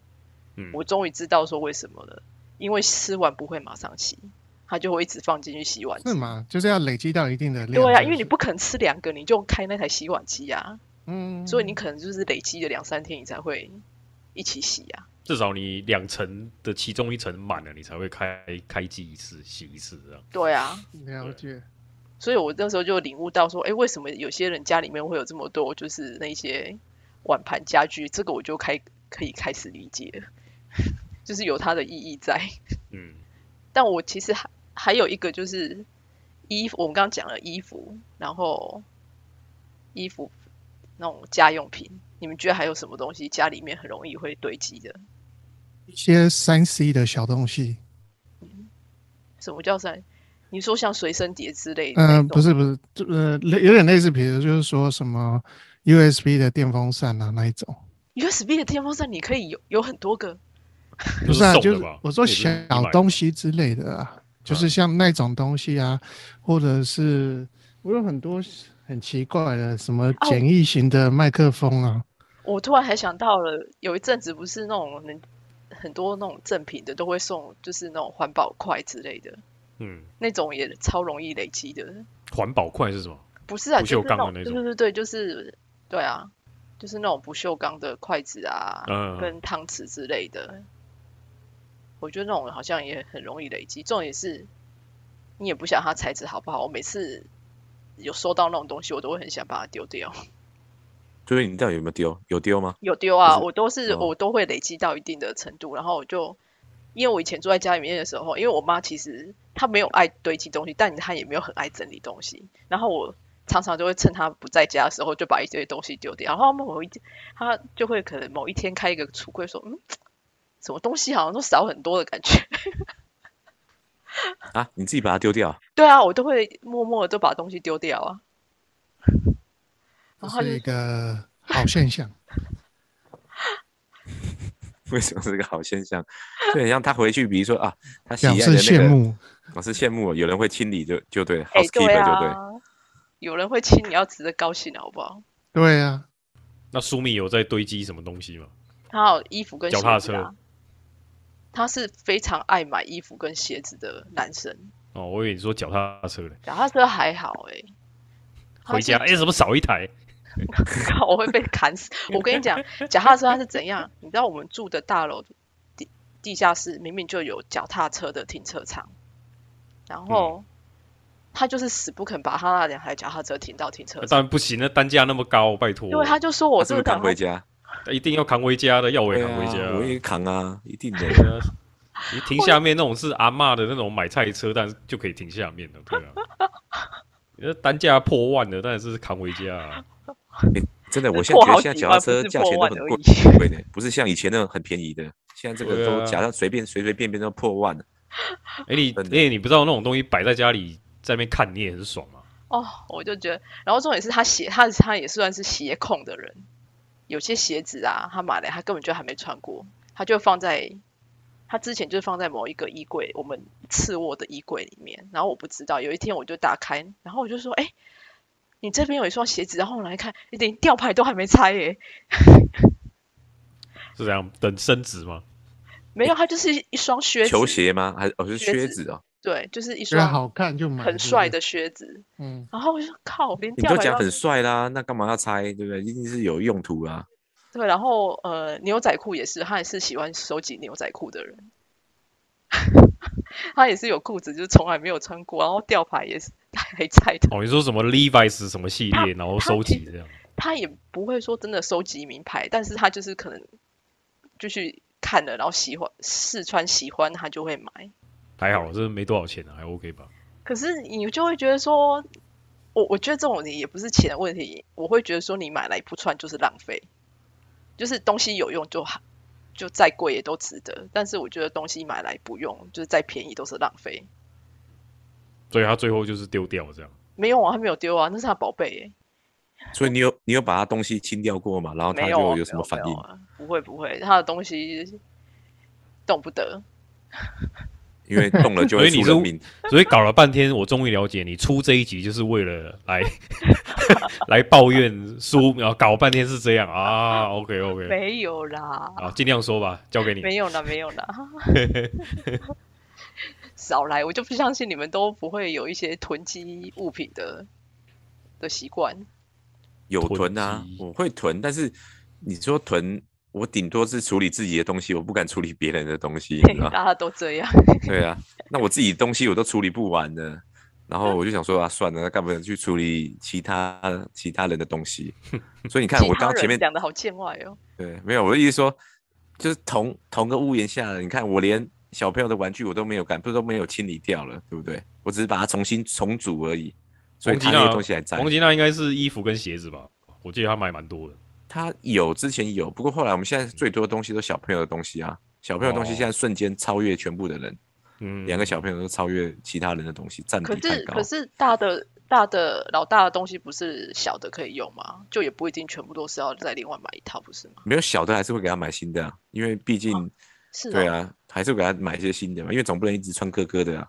Speaker 3: 嗯，
Speaker 2: 我终于知道说为什么了，因为吃完不会马上洗，他就会一直放进去洗碗机
Speaker 4: 是。吗？就是要累积到一定的量。
Speaker 2: 对
Speaker 4: 呀、
Speaker 2: 啊，因为你不可能吃两个，你就开那台洗碗机啊，
Speaker 4: 嗯，
Speaker 2: 所以你可能就是累积了两三天，你才会一起洗啊。
Speaker 3: 至少你两层的其中一层满了，你才会开开机一次，洗一次这样。
Speaker 2: 对啊，
Speaker 4: 了解。
Speaker 2: 所以我那时候就领悟到说，哎，为什么有些人家里面会有这么多，就是那些碗盘家具，这个我就开可以开始理解了， 就是有它的意义在。
Speaker 3: 嗯，
Speaker 2: 但我其实还还有一个就是衣服，我们刚刚讲了衣服，然后衣服那种家用品，你们觉得还有什么东西家里面很容易会堆积的？
Speaker 4: 一些三 C 的小东西，
Speaker 2: 什么叫三？你说像随身碟之类的？
Speaker 4: 嗯、不，是不是，就呃，类有点类似，比如就是说什么 USB 的电风扇啊那一种，
Speaker 2: USB 的电风扇你可以有有很多个，
Speaker 4: 不是啊，
Speaker 3: 送
Speaker 4: 就
Speaker 3: 的
Speaker 4: 是
Speaker 3: 吧？
Speaker 4: 我说
Speaker 3: 也不是
Speaker 4: 小
Speaker 3: 你买的
Speaker 4: 东西之类的啊，就是像那种东西啊，或者是我有很多很奇怪的什
Speaker 2: 哦
Speaker 4: 么简易型的麦克风啊，
Speaker 2: 我突然还想到了，有一阵子不是那种很很多那种赠品的都会送，就是那种环保筷之类的，
Speaker 3: 嗯，
Speaker 2: 那种也超容易累积的。
Speaker 3: 环保筷是什么？
Speaker 2: 不是啊，
Speaker 3: 不
Speaker 2: 就是
Speaker 3: 锈钢的
Speaker 2: 那
Speaker 3: 那
Speaker 2: 种，
Speaker 3: 种
Speaker 2: 对对对，就是对啊，就是那种不锈钢的筷子啊，
Speaker 3: 嗯
Speaker 2: 跟汤匙之类的。我觉得那种好像也很容易累积，重点是你也不想它材质好不好。我每次有收到那种东西，我都会很想把它丢掉。
Speaker 1: 就是你到底有没有丢？有丢吗？
Speaker 2: 有丢啊，
Speaker 1: 不是
Speaker 2: 我都是、
Speaker 1: 哦
Speaker 2: 我都会累积到一定的程度，然后我就因为我以前住在家里面的时候，因为我妈其实她没有爱堆积东西，但她也没有很爱整理东西，然后我常常就会趁她不在家的时候就把一堆东西丢掉，然后某一天她就会可能某一天开一个橱柜说，嗯，什么东西好像都少很多的感觉。
Speaker 1: 啊，你自己把它丢掉，
Speaker 2: 对啊，我都会默默的都把东西丢掉啊。
Speaker 4: 这
Speaker 2: 然后她
Speaker 4: 是
Speaker 2: 就
Speaker 4: 一 个好现象。
Speaker 1: 为什么是个好现象？就很像他回去，比如说啊，他喜
Speaker 4: 表
Speaker 1: 爱
Speaker 4: 示
Speaker 1: 的那
Speaker 4: 羡
Speaker 1: 个，
Speaker 4: 慕，
Speaker 1: 我是羡慕哦我，有人会清理就就对，housekeeper
Speaker 2: 哎、
Speaker 1: 就
Speaker 2: 对
Speaker 1: 对。
Speaker 2: 啊，有人会亲你要值得高兴好不好？
Speaker 4: 对啊，
Speaker 3: 那苏米有在堆积什么东西吗？
Speaker 2: 他有衣服跟鞋子、啊、
Speaker 3: 脚踏车
Speaker 2: 他是非常爱买衣服跟鞋子的男生，
Speaker 3: 哦，我以为你说脚踏车嘞。
Speaker 2: 脚踏车还好哎、他
Speaker 3: 回家
Speaker 2: 是
Speaker 3: 哎、怎么少一台？
Speaker 2: 靠我会被砍死。我跟你讲，脚踏车它是怎样？你知道我们住的大楼地地下室明明就有脚踏车的停车场，然后、他就是死不肯把他那两台脚踏车停到停车
Speaker 3: 当
Speaker 2: 场，
Speaker 3: 然不行，那单价那么高，拜托。
Speaker 2: 因为他就说我
Speaker 1: 他是不
Speaker 2: 这
Speaker 1: 是
Speaker 2: 个
Speaker 1: 扛
Speaker 2: 脚
Speaker 1: 回
Speaker 2: 踏
Speaker 1: 家？
Speaker 3: 一定要扛回家的，要我也扛回家。
Speaker 1: 对啊我也扛啊，一定的。
Speaker 3: 对啊你停下面那种是阿嬷的那种买菜车，但是就可以停下面的，对啊。那单价破万的，但是是扛回家、 啊。
Speaker 1: 真的，我
Speaker 2: 是
Speaker 1: 现在
Speaker 2: 破
Speaker 1: 觉
Speaker 2: 好
Speaker 1: 得现在
Speaker 2: 几
Speaker 1: 脚踏车价
Speaker 2: 万不是破
Speaker 1: 钱都
Speaker 2: 万
Speaker 1: 很
Speaker 2: 而
Speaker 1: 贵
Speaker 2: 已
Speaker 1: 很贵的，不是像以前那种很便宜的，现在这个
Speaker 3: 对
Speaker 1: 都
Speaker 3: 啊
Speaker 1: 假到随便随随便便都破万了。
Speaker 3: 哎、你
Speaker 1: 真的
Speaker 3: 哎、你不知道那种东西摆在家里，在那边看你也很爽啊。
Speaker 2: 哦，我就觉得，然后重点是他鞋，他他也算是鞋控的人，有些鞋子啊，他买来他根本就还没穿过，他就放在他之前就是放在某一个衣柜，我们次卧的衣柜里面，然后我不知道，有一天我就打开，然后我就说，哎，你这边有一双鞋子，然后我来看，你连吊牌都还没拆耶，
Speaker 3: 是这样，等升值吗？
Speaker 2: 没有，它就是一双靴子，
Speaker 1: 球，鞋吗？还是哦是
Speaker 2: 靴
Speaker 1: 靴
Speaker 2: 子
Speaker 1: 子哦？
Speaker 2: 对，就是一
Speaker 4: 觉得
Speaker 2: 双
Speaker 4: 好看就买，
Speaker 1: 啊
Speaker 2: 很帅的靴子，
Speaker 4: 嗯，
Speaker 2: 然后我就说靠，连
Speaker 1: 你
Speaker 2: 吊
Speaker 1: 都
Speaker 2: 牌
Speaker 1: 讲
Speaker 2: 没
Speaker 1: 很帅啦，那干嘛要拆？对不对？一定是有用途啊。
Speaker 2: 对，然后呃，牛仔裤也是，他也是喜欢收集牛仔裤的人。 他也是有裤子，就是从来没有穿过，然后吊牌也是还在的。
Speaker 3: 哦，你说什么 Levi's 什么系列，然后收集这样，
Speaker 2: 他也不会说真的收集名牌，但是他就是可能就去看了，然后喜欢试穿喜欢，他就会买。
Speaker 3: 还好，这没多少钱啊，还 OK 吧？
Speaker 2: 可是你就会觉得说，我我觉得这种也不是钱的问题，我会觉得说你买来不穿就是浪费，就是东西有用就好，就再贵也都值得。但是我觉得东西买来不用，就是再便宜都是浪费。
Speaker 3: 所以他最后就是丢掉这样。
Speaker 2: 没有啊，他没有丢啊，那是他宝贝耶。
Speaker 1: 所以你有你有把他东西清掉过嘛？然哦后他
Speaker 2: 没有啊
Speaker 1: 就有什么反？
Speaker 2: 没
Speaker 1: 应
Speaker 2: 有？啊不会不会，他的东西动不得。
Speaker 1: 因为动了就
Speaker 3: 所
Speaker 1: 会
Speaker 3: 以你
Speaker 1: 出
Speaker 3: 是
Speaker 1: 人命。
Speaker 3: 所以搞了半天，我终于了解你出这一集就是为了来 来抱怨书，然后搞半天是这样啊。OK OK，
Speaker 2: 没有啦，
Speaker 3: 好，尽量说吧，交给你。
Speaker 2: 没有啦，没有 啦。 少来，我就不相信你们都不会有一些囤积物品的的习惯。
Speaker 1: 有
Speaker 3: 囤
Speaker 1: 囤啊
Speaker 3: 积，
Speaker 1: 我会囤，但是你说囤，我顶多是处理自己的东西，我不敢处理别人的东西， 啊你知道吗？
Speaker 2: 大家都这样，
Speaker 1: 对啊，那我自己东西我都处理不完的，然后我就想说啊，算了，那干嘛去处理其他其他人的东西？所以你看，
Speaker 2: 其
Speaker 1: 我
Speaker 2: 他
Speaker 1: 刚刚前
Speaker 2: 人
Speaker 1: 面
Speaker 2: 讲的好见外哦。
Speaker 1: 对没有，我的意思说，就是同同个屋檐下的，你看我连小朋友的玩具我都没有敢，不是都没有清理掉了，对不对？我只是把它重新重组而已，所以
Speaker 3: 黄吉
Speaker 1: 他那
Speaker 3: 娜
Speaker 1: 些东西还在。
Speaker 3: 黄吉娜应该是衣服跟鞋子吧？我记得他买蛮多的。
Speaker 1: 他有之前有，不过后来我们现在最多的东西都是小朋友的东西啊，小朋友的东西
Speaker 3: 哦
Speaker 1: 现在瞬间超越全部的人，
Speaker 3: 嗯，
Speaker 1: 两个小朋友都超越其他人的东西，占比
Speaker 2: 可
Speaker 1: 太
Speaker 2: 是
Speaker 1: 高
Speaker 2: 可。是大的大的老大的东西不是小的可以用吗？就也不一定全部都是要再另外买一套，不是吗？
Speaker 1: 没有小的还是会给他买新的、啊，因为毕竟、
Speaker 2: 是
Speaker 1: 对
Speaker 2: 哦，
Speaker 1: 啊，还是会给他买一些新的嘛，因为总不能一直穿哥哥的啊。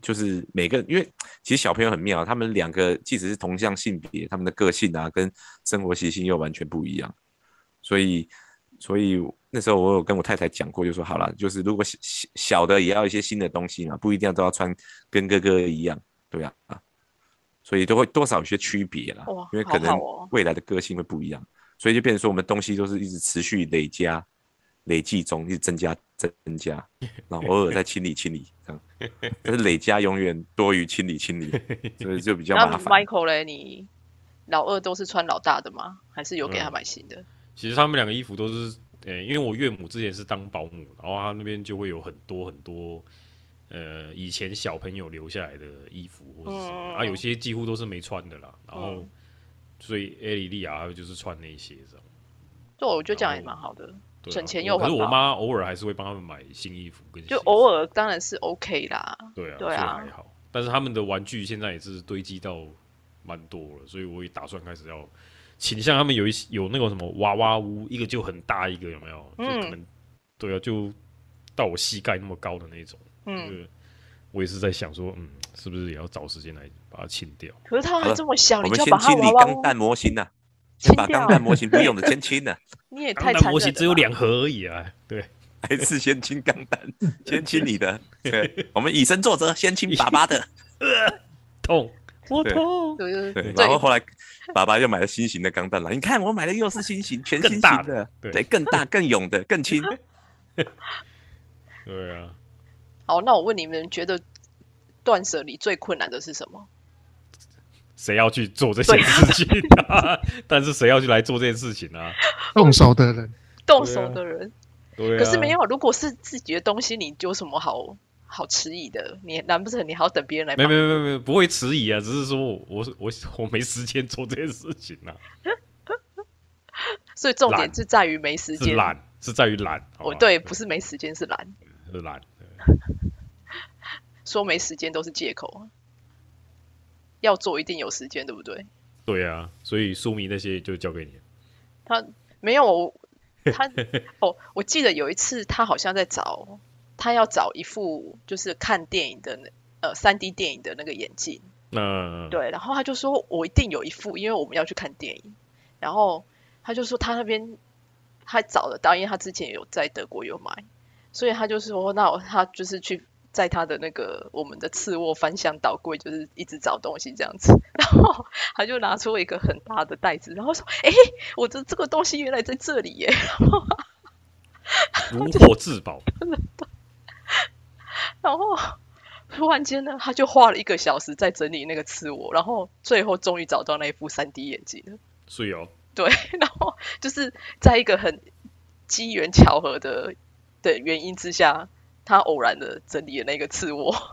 Speaker 1: 就是每个，因为其实小朋友很妙，啊他们两个即使是同向性别，他们的个性啊跟生活习性又完全不一样，所以所以那时候我有跟我太太讲过，就说好了，就是如果小小小的也要一些新的东西嘛，不一定要都要穿跟哥哥一样，对啊啊，所以都会多少有些区别啦
Speaker 2: 哇，
Speaker 1: 因为可
Speaker 2: 好
Speaker 1: 能
Speaker 2: 好哦
Speaker 1: 未来的个性会不一样，所以就变成说我们东西都是一直持续累加、累计中，一直增加、增加，然后偶尔再清理清理这样。但是累加永远多于清理清理，所以就比较
Speaker 2: 然
Speaker 1: 麻
Speaker 2: 后
Speaker 1: 烦。
Speaker 2: Michael 嘞，你老二都是穿老大的吗？还是有给他
Speaker 3: 嗯
Speaker 2: 买新的？
Speaker 3: 其实他们两个衣服都是，呃、因为我岳母之前是当保姆，然后她那边就会有很多很多，呃，以前小朋友留下来的衣服或者是什么，
Speaker 2: 嗯
Speaker 3: 啊，有些几乎都是没穿的啦。然后，
Speaker 2: 嗯
Speaker 3: 所以艾莉莉亚她就是穿那些这样。
Speaker 2: 对，我觉得这样也蛮好的，
Speaker 1: 嗯
Speaker 3: 对啊
Speaker 2: 省钱又
Speaker 3: 可是
Speaker 2: 环
Speaker 3: 我
Speaker 2: 保
Speaker 3: 妈偶尔还是会帮他们买新衣服跟
Speaker 2: 就
Speaker 3: 鞋子
Speaker 2: 偶尔当然是 OK 啦。
Speaker 3: 对啊，
Speaker 2: 对啊
Speaker 3: 所以还好。但是他们的玩具现在也是堆积到蛮多了，所以我也打算开始要倾向他们有一些有那种什么娃娃屋，一个就很大一个，有没有？就
Speaker 2: 嗯
Speaker 3: 可能、对啊，就到我膝盖那么高的那种。
Speaker 2: 嗯，
Speaker 3: 嗯，我也是在想说，嗯，是不是也要找时间来把它清掉？
Speaker 2: 可是他
Speaker 1: 好
Speaker 2: 还
Speaker 1: 了
Speaker 2: 这么小，
Speaker 1: 我
Speaker 2: 你
Speaker 1: 们
Speaker 2: 就
Speaker 1: 先
Speaker 2: 把他
Speaker 1: 清理
Speaker 2: 娃娃
Speaker 1: 钢
Speaker 2: 屋
Speaker 1: 弹模型呐、啊，
Speaker 2: 清
Speaker 1: 先把
Speaker 2: 掉
Speaker 1: 钢，弹模型不用的先清了、
Speaker 2: 你也
Speaker 3: 当
Speaker 2: 太
Speaker 3: 然
Speaker 2: 残忍
Speaker 3: 模型
Speaker 2: 了。
Speaker 3: 只有，两盒而已啊，对，
Speaker 1: 还是先清钢弹，先清你的。对，我们以身作则，先清爸爸的。
Speaker 3: 痛，我
Speaker 1: 对
Speaker 3: 痛。
Speaker 2: 就是
Speaker 1: 对，
Speaker 2: 最
Speaker 1: 然后后来爸爸就买了新型的钢弹了。你看，我买的又是新型，全
Speaker 3: 更
Speaker 1: 新
Speaker 3: 大
Speaker 1: 型的，
Speaker 3: 对
Speaker 1: 对，更大、更勇的、更轻。
Speaker 3: 对啊，
Speaker 2: 好。那我问你们，觉得断舍离最困难的是什么？
Speaker 3: 谁要去做这些事情啊？但是谁要去来做这件事情 啊？
Speaker 4: 动手的人，
Speaker 2: 动
Speaker 3: 对
Speaker 2: 手
Speaker 3: 啊
Speaker 2: 的人。
Speaker 3: 对啊，
Speaker 2: 可是没有，如果是自己的东西，你有什么好好迟疑的？你难不成你还要等别人来
Speaker 3: 没
Speaker 2: 帮
Speaker 3: 没没没不会迟疑啊，只是说我我我我没时间做这件事情啊，
Speaker 2: 所以重
Speaker 3: 懒
Speaker 2: 点是在于没时
Speaker 3: 是
Speaker 2: 间。
Speaker 3: 懒，是在于懒。好吧
Speaker 2: 哦，对，不是没时间，是懒。
Speaker 3: 是懒。对
Speaker 2: 说没时间都是借口，要做一定有时间，对不对？
Speaker 3: 对啊，所以书迷那些就交给你。
Speaker 2: 他没有我他哦，我记得有一次他好像在找，他要找一副就是看电影的那呃三 D 电影的那个眼镜，
Speaker 3: 那
Speaker 2: 对，啊然后他就说我一定有一副，因为我们要去看电影，然后他就说他那边他找得到，因为他之前有在德国有买，所以他就说那我他就是去。在他的那个我们的次卧翻箱倒柜，就是一直找东西这样子， 然后他就拿出一个很大的袋子，然后说：“诶，我的这个东西原来在这里耶！”
Speaker 3: 如获至宝，
Speaker 2: 然后突然间呢，他就花了一个小时在整理那个次卧，然后最后终于找到那一副三 D 眼镜了。
Speaker 3: 所以哦，
Speaker 2: 对， 然后就是在一个很机缘巧合的的原因之下，他偶然的整理了那个次卧。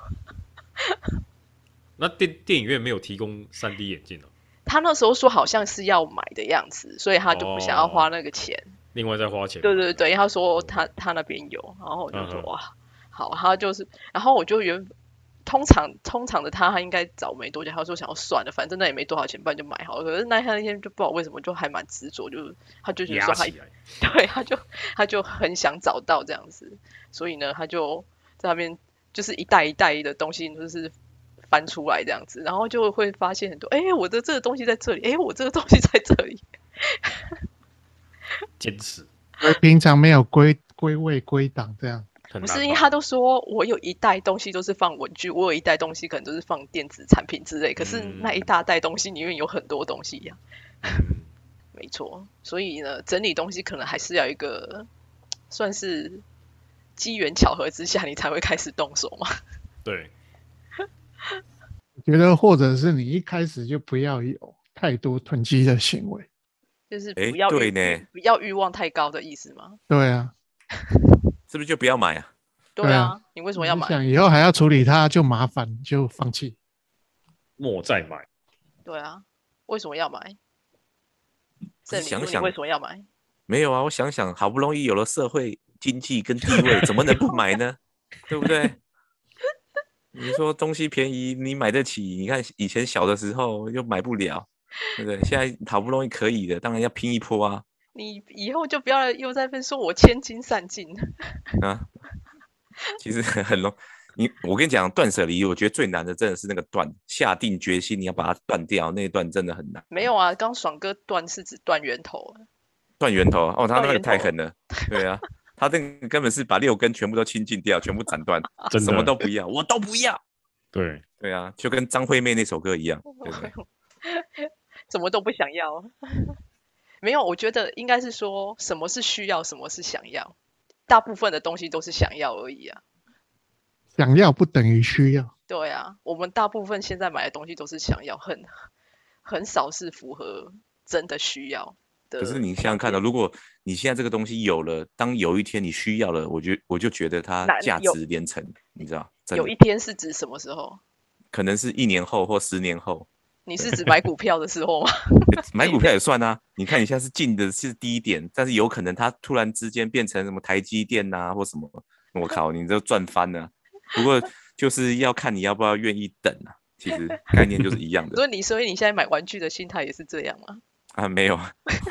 Speaker 3: 那电电影院没有提供三 D 眼镜哦，
Speaker 2: 他那时候说好像是要买的样子，所以他就不想要
Speaker 3: 哦
Speaker 2: 花那个钱。
Speaker 3: 另外再花钱。
Speaker 2: 对对对，因为他说他他那边有，然后我就说、
Speaker 3: 嗯哼
Speaker 2: 哇，好，他就是，然后我就原通常通常的他，他应该找没多久，他说想要算了，反正那也没多少钱，不然就买好了。可是那他那天就不知道为什么就还蛮执着，就是他就觉得
Speaker 3: 压
Speaker 2: 说他
Speaker 3: 起来，
Speaker 2: 对，他就他就很想找到这样子，所以呢，他就在那边就是一袋一袋的东西，就是翻出来这样子，然后就会发现很多，哎、我的这个东西在这里，哎、我这个东西在这里，
Speaker 3: 坚持
Speaker 4: 而平常没有归归位归档这样。
Speaker 3: 很
Speaker 2: 不
Speaker 3: 难吧。
Speaker 2: 是因为他都说我有一袋东西都是放文具，我有一袋东西可能都是放电子产品之类，可是
Speaker 3: 嗯
Speaker 2: 那一大袋东西里面有很多东西呀、
Speaker 3: 嗯
Speaker 2: 没错，所以呢，整理东西可能还是要一个算是机缘巧合之下，你才会开始动手嘛。
Speaker 3: 对，
Speaker 4: 我觉得或者是你一开始就不要有太多囤积的行为。
Speaker 2: 就是
Speaker 1: 诶
Speaker 2: 不要
Speaker 1: 对
Speaker 2: 欲
Speaker 1: 呢
Speaker 2: 不要欲望太高的意思吗？
Speaker 4: 对啊，
Speaker 1: 是不是就不要买啊？
Speaker 2: 对
Speaker 4: 对
Speaker 2: 啊
Speaker 4: 啊，
Speaker 2: 你为
Speaker 4: 为
Speaker 2: 什么要买？
Speaker 4: 想以后还要处理它，就麻烦，就放弃。
Speaker 3: 莫再买，
Speaker 2: 对啊，为什么要买？
Speaker 1: 是
Speaker 2: 这里
Speaker 1: 想
Speaker 2: 你
Speaker 1: 想
Speaker 2: 为什么要买？
Speaker 1: 没有啊，我想想，好不容易有了社会经济跟地 位，怎么能不买呢？对不对？你说东西便宜，你买得起。你看以前小的时候又买不了，对不对？现在好不容易可以的，当然要拼一波啊！
Speaker 2: 你以后就不要又在那边说我千金散尽。
Speaker 1: 啊，其实很容你我跟你讲，断舍离，我觉得最难的真的是那个断，下定决心你要把它断掉，那一段真的很难。
Speaker 2: 没有啊，刚爽哥断是指断源头，
Speaker 1: 断源头啊哦，他
Speaker 2: 断
Speaker 1: 那个
Speaker 2: 源
Speaker 1: 太
Speaker 2: 头
Speaker 1: 狠了，对啊，他这个根本是把六根全部都清净掉，全部斩断，
Speaker 2: 啊
Speaker 3: 真
Speaker 1: 什
Speaker 3: 的
Speaker 1: 么都不要，我都不要。
Speaker 3: 对，
Speaker 1: 对啊，就跟张惠妹那首歌一样，对不对？
Speaker 2: 怎么都不想要。 没有，我觉得应该是说什么是需要，什么是想要。大部分的东西都是想要而已啊。
Speaker 4: 想要不等于需要，
Speaker 2: 对啊，我们大部分现在买的东西都是想要，很很少是符合真的需要的。
Speaker 1: 可是你想想看啊，如果你现在这个东西有了，当有一天你需要了，我觉我就觉得它
Speaker 2: 哪
Speaker 1: 价
Speaker 2: 有
Speaker 1: 值连城，你知道？真
Speaker 2: 有
Speaker 1: 的
Speaker 2: 一，天是指什么时候？
Speaker 1: 可能是一年后或十年后，
Speaker 2: 你是指买股票的时候吗？
Speaker 1: 买股票也算啊。你看你现在是进的是低点，但是有可能它突然之间变成什么台积电呐、或什么， 我靠，你这赚翻了、不过就是要看你要不要愿意等啊，其实概念就是一样的
Speaker 2: 所以你所以你现在买玩具的心态也是这样吗？
Speaker 1: 啊。没有，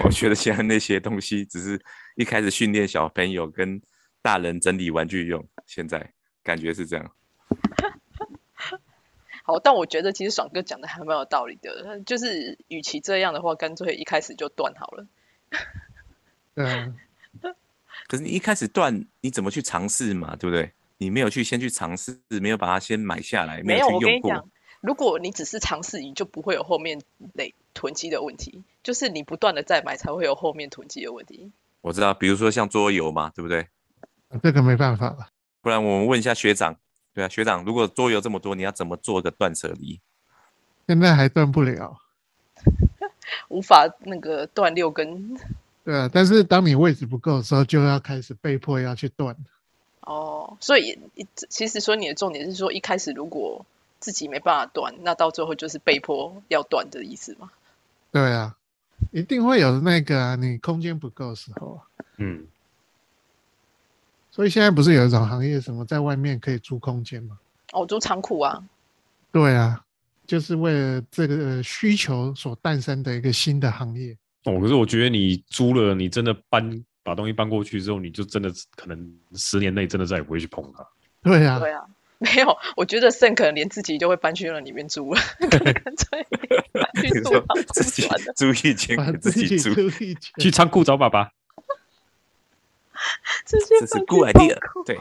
Speaker 1: 我觉得现在那些东西只是一开始训练小朋友跟大人整理玩具用，现在感觉是这样。
Speaker 2: 好，但我觉得其实爽哥讲的还蛮有道理的，就是与其这样的话，干脆一开始就断好了。
Speaker 4: 对啊，
Speaker 1: 可是你一开始断，你怎么去尝试嘛？对不对？你没有去先去尝试，没有把它先买下来，
Speaker 2: 没
Speaker 1: 有
Speaker 2: 我
Speaker 1: 去
Speaker 2: 跟
Speaker 1: 用
Speaker 2: 你
Speaker 1: 过。
Speaker 2: 讲，如果你只是尝试，你就不会有后面累囤积的问题，就是你不断的再买才会有后面囤积的问题。
Speaker 1: 我知道，比如说像桌游嘛，对不对？
Speaker 4: 这个没办法了。
Speaker 1: 不然我们问一下学长，对啊，学长，如果桌游这么多，你要怎么做个断舍离？
Speaker 4: 现在还断不了，
Speaker 2: 无法那个断六根
Speaker 4: 对啊。但是当你位置不够的时候，就要开始被迫要去断。
Speaker 2: 哦，所以一其实说你的重点是说，一开始如果自己没办法断，那到最后就是被迫要断的意思吗？
Speaker 4: 对啊，一定会有那个啊，你空间不够的时候啊。
Speaker 3: 嗯，
Speaker 4: 所以现在不是有一种行业什么在外面可以租空间吗？
Speaker 2: 哦，做仓库啊，
Speaker 4: 对啊，就是为了这个需求所诞生的一个新的行业。
Speaker 3: 哦，可是我觉得你租了，你真的搬把东西搬过去之后，你就真的可能十年内真的再也不会去碰它。
Speaker 4: 对啊，
Speaker 2: 对啊。没有，我觉得肾可能连自己就会搬去那里面住了，干脆搬
Speaker 1: 你
Speaker 2: 去住
Speaker 1: 说
Speaker 2: 仓库
Speaker 1: 自己
Speaker 2: 算了，
Speaker 1: 租一间
Speaker 2: 啊
Speaker 4: 把
Speaker 1: 给自己 住，
Speaker 4: 租一间
Speaker 3: 去仓库找爸爸，
Speaker 2: 直接
Speaker 1: 这是
Speaker 2: 搬去
Speaker 1: good
Speaker 2: 仓
Speaker 1: idea
Speaker 2: 库。
Speaker 1: 对，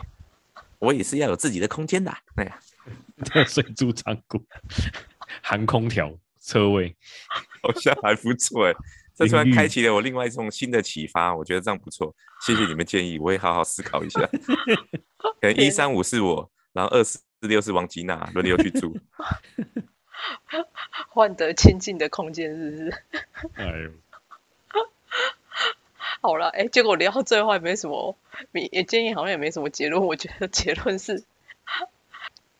Speaker 1: 我也是要有自己的空间的啊。哎呀，
Speaker 3: 所以租仓库， 含空调车位，
Speaker 1: 好像还不错哎，这突然
Speaker 3: 淋浴
Speaker 1: 开启了我另外一种新的启发，我觉得这样不错，谢谢你们建议，我会好好思考一下。可能一
Speaker 2: 天
Speaker 1: 三五是我，然后二四六是王吉娜，轮流去住。
Speaker 2: 换得清净的空间，是不是？
Speaker 3: 哎呦，
Speaker 2: 好了，哎、结果聊到最后也没什么，也也建议好像也没什么结论。我觉得结论是，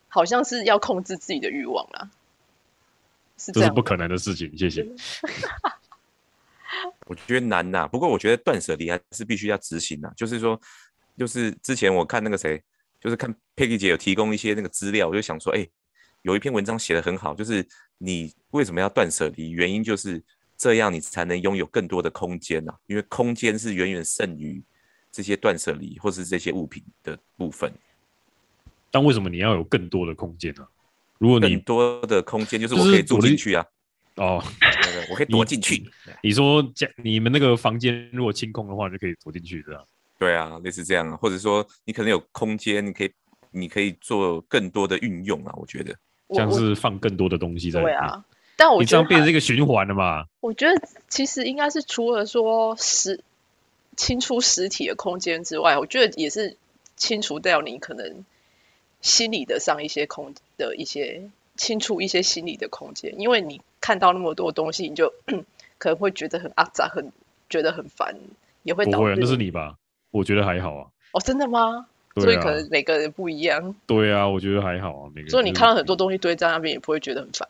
Speaker 2: 好像是要控制自己的欲望啦，是这
Speaker 3: 这是
Speaker 2: 样
Speaker 3: 不
Speaker 2: 吗。
Speaker 3: 可能的事情。谢谢。
Speaker 1: 我觉得难呐、不过我觉得断舍离还是必须要执行呐、就是说，就是之前我看那个谁，就是看 Peggy 姐有提供一些那个资料，我就想说，哎、有一篇文章写得很好，就是你为什么要断舍离，原因就是这样你才能拥有更多的空间呐、啊，因为空间是远远胜于这些断舍离或是这些物品的部分。
Speaker 3: 但为什么你要有更多的空间呢、啊如果
Speaker 1: 更
Speaker 3: 你
Speaker 1: 多的空间就是我
Speaker 3: 就是
Speaker 1: 可以住
Speaker 3: 我的
Speaker 1: 进去啊，
Speaker 3: 哦，
Speaker 1: 对不对我可以躲进去。
Speaker 3: 你说家你们那个房间如果清空的话，你就可以躲进去，这样。
Speaker 1: 对啊，类似这样啊，或者说你可能有空间，你可以你可以做更多的运用啊，我觉得。
Speaker 2: 我
Speaker 3: 像
Speaker 2: 我
Speaker 3: 是放更多的东西在里
Speaker 2: 对
Speaker 3: 面。
Speaker 2: 啊，但我
Speaker 3: 你这
Speaker 2: 觉得
Speaker 3: 样变
Speaker 2: 还
Speaker 3: 成一个循环了嘛？
Speaker 2: 我觉得其实应该是除了说实清除实体的空间之外，我觉得也是清除掉你可能心理的上一些空的一些清除一些心理的空间，因为你看到那么多东西，你就 可能会觉得很阿杂，很觉得很烦，也会
Speaker 3: 不
Speaker 2: 导
Speaker 3: 会啊，
Speaker 2: 致
Speaker 3: 那是你吧？我觉得还好啊。
Speaker 2: 哦，真的吗？所
Speaker 3: 对
Speaker 2: 以
Speaker 3: 啊
Speaker 2: 可，能每个人不一样，
Speaker 3: 对啊，我觉得还好啊。每个人
Speaker 2: 所以你
Speaker 3: 就是
Speaker 2: 看到很多东西堆在那边，也不会觉得很烦。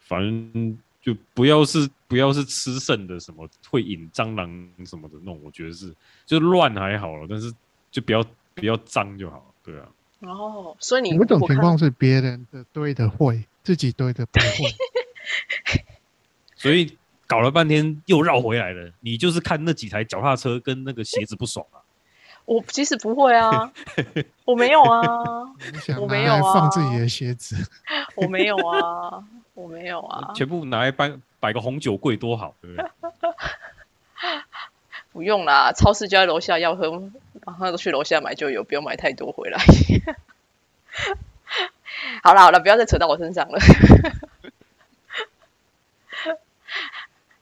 Speaker 3: 反正就不要是不要是吃剩的什么会引蟑螂什么的那种，我觉得是就乱还好了，但是就不要不要脏就好。对
Speaker 1: 哎
Speaker 3: 啊，
Speaker 2: 然后，哦所以你
Speaker 4: 有一种
Speaker 2: 我
Speaker 4: 情
Speaker 2: 看
Speaker 4: 况是别人的堆的会，自己堆的不会。
Speaker 3: 所以搞了半天又绕回来了。你就是看那几台脚踏车跟那个鞋子不爽啊。
Speaker 2: 我其实不会 啊，我没有啊。
Speaker 4: 你想
Speaker 2: 我
Speaker 4: 拿
Speaker 2: 没有
Speaker 4: 来放自
Speaker 2: 啊
Speaker 4: 己的鞋子，
Speaker 2: 我没有啊，我没有啊，
Speaker 3: 全部拿来摆摆个红酒柜多好，对不啊 对？
Speaker 2: 不用啦，超市就在楼下，要喝，马上去楼下买就有，不用买太多回来。 好啦好啦，不要再扯到我身上了。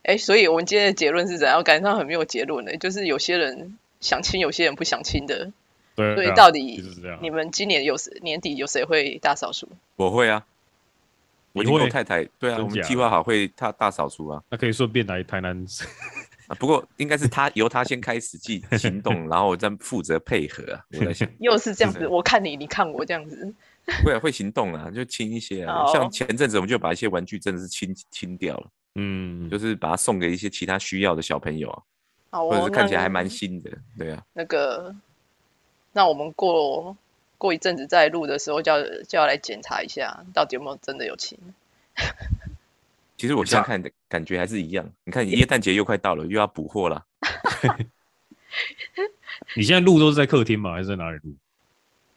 Speaker 2: 哎、所以我们今天的结论是怎样？感觉上很没有结论的、就是有些人想亲，有些人不想亲的。
Speaker 3: 对啊，
Speaker 2: 所以到底
Speaker 3: 就是
Speaker 1: 哦
Speaker 3: 这样。
Speaker 2: 你们今年有谁年底有谁会大扫除？
Speaker 1: 我会啊，我已
Speaker 3: 你
Speaker 1: 经跟我
Speaker 3: 会
Speaker 1: 太太对啊，
Speaker 3: 真
Speaker 1: 我们
Speaker 3: 假
Speaker 1: 计
Speaker 3: 的
Speaker 1: 划好会她大扫除啊
Speaker 3: 那可以顺便来台 南
Speaker 1: 啊，不过应该是她由她先开始 去行动，然后我再负责配合啊。我在想，
Speaker 2: 又是这样
Speaker 1: 是
Speaker 2: 子，
Speaker 1: 的
Speaker 2: 我看你，你看我这样子。
Speaker 1: 会啊会行动啊，就清一些啊。
Speaker 2: 好
Speaker 1: 像前阵子我们就把一些玩具真的是清清掉了，
Speaker 3: 嗯，
Speaker 1: 就是把它送给一些其他需要的小朋友啊，
Speaker 2: 好、哦，
Speaker 1: 或者是看起来还
Speaker 2: 那
Speaker 1: 蛮新的，对啊。
Speaker 2: 那个，那我们过过一阵子再录的时候就要，就要来检查一下，到底有没有真的有亲。
Speaker 1: 其实我现在看的感觉还是一样，你看耶诞节又快到了，又要补货了。
Speaker 3: 你现在录都是在客厅吗？还是在哪里录？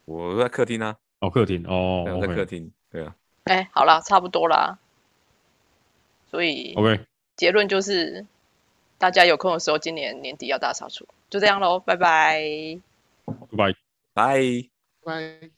Speaker 1: 我在客厅啊，
Speaker 3: 哦，客厅哦
Speaker 1: 对啊，我在客
Speaker 3: ，OK
Speaker 1: 厅，对啊，
Speaker 2: 哎、好啦，差不多啦。所以
Speaker 3: OK，
Speaker 2: 结论就是，大家有空的时候，今年年底要大扫除，就这样喽，拜拜。
Speaker 3: 拜拜。
Speaker 1: 拜。
Speaker 4: 拜。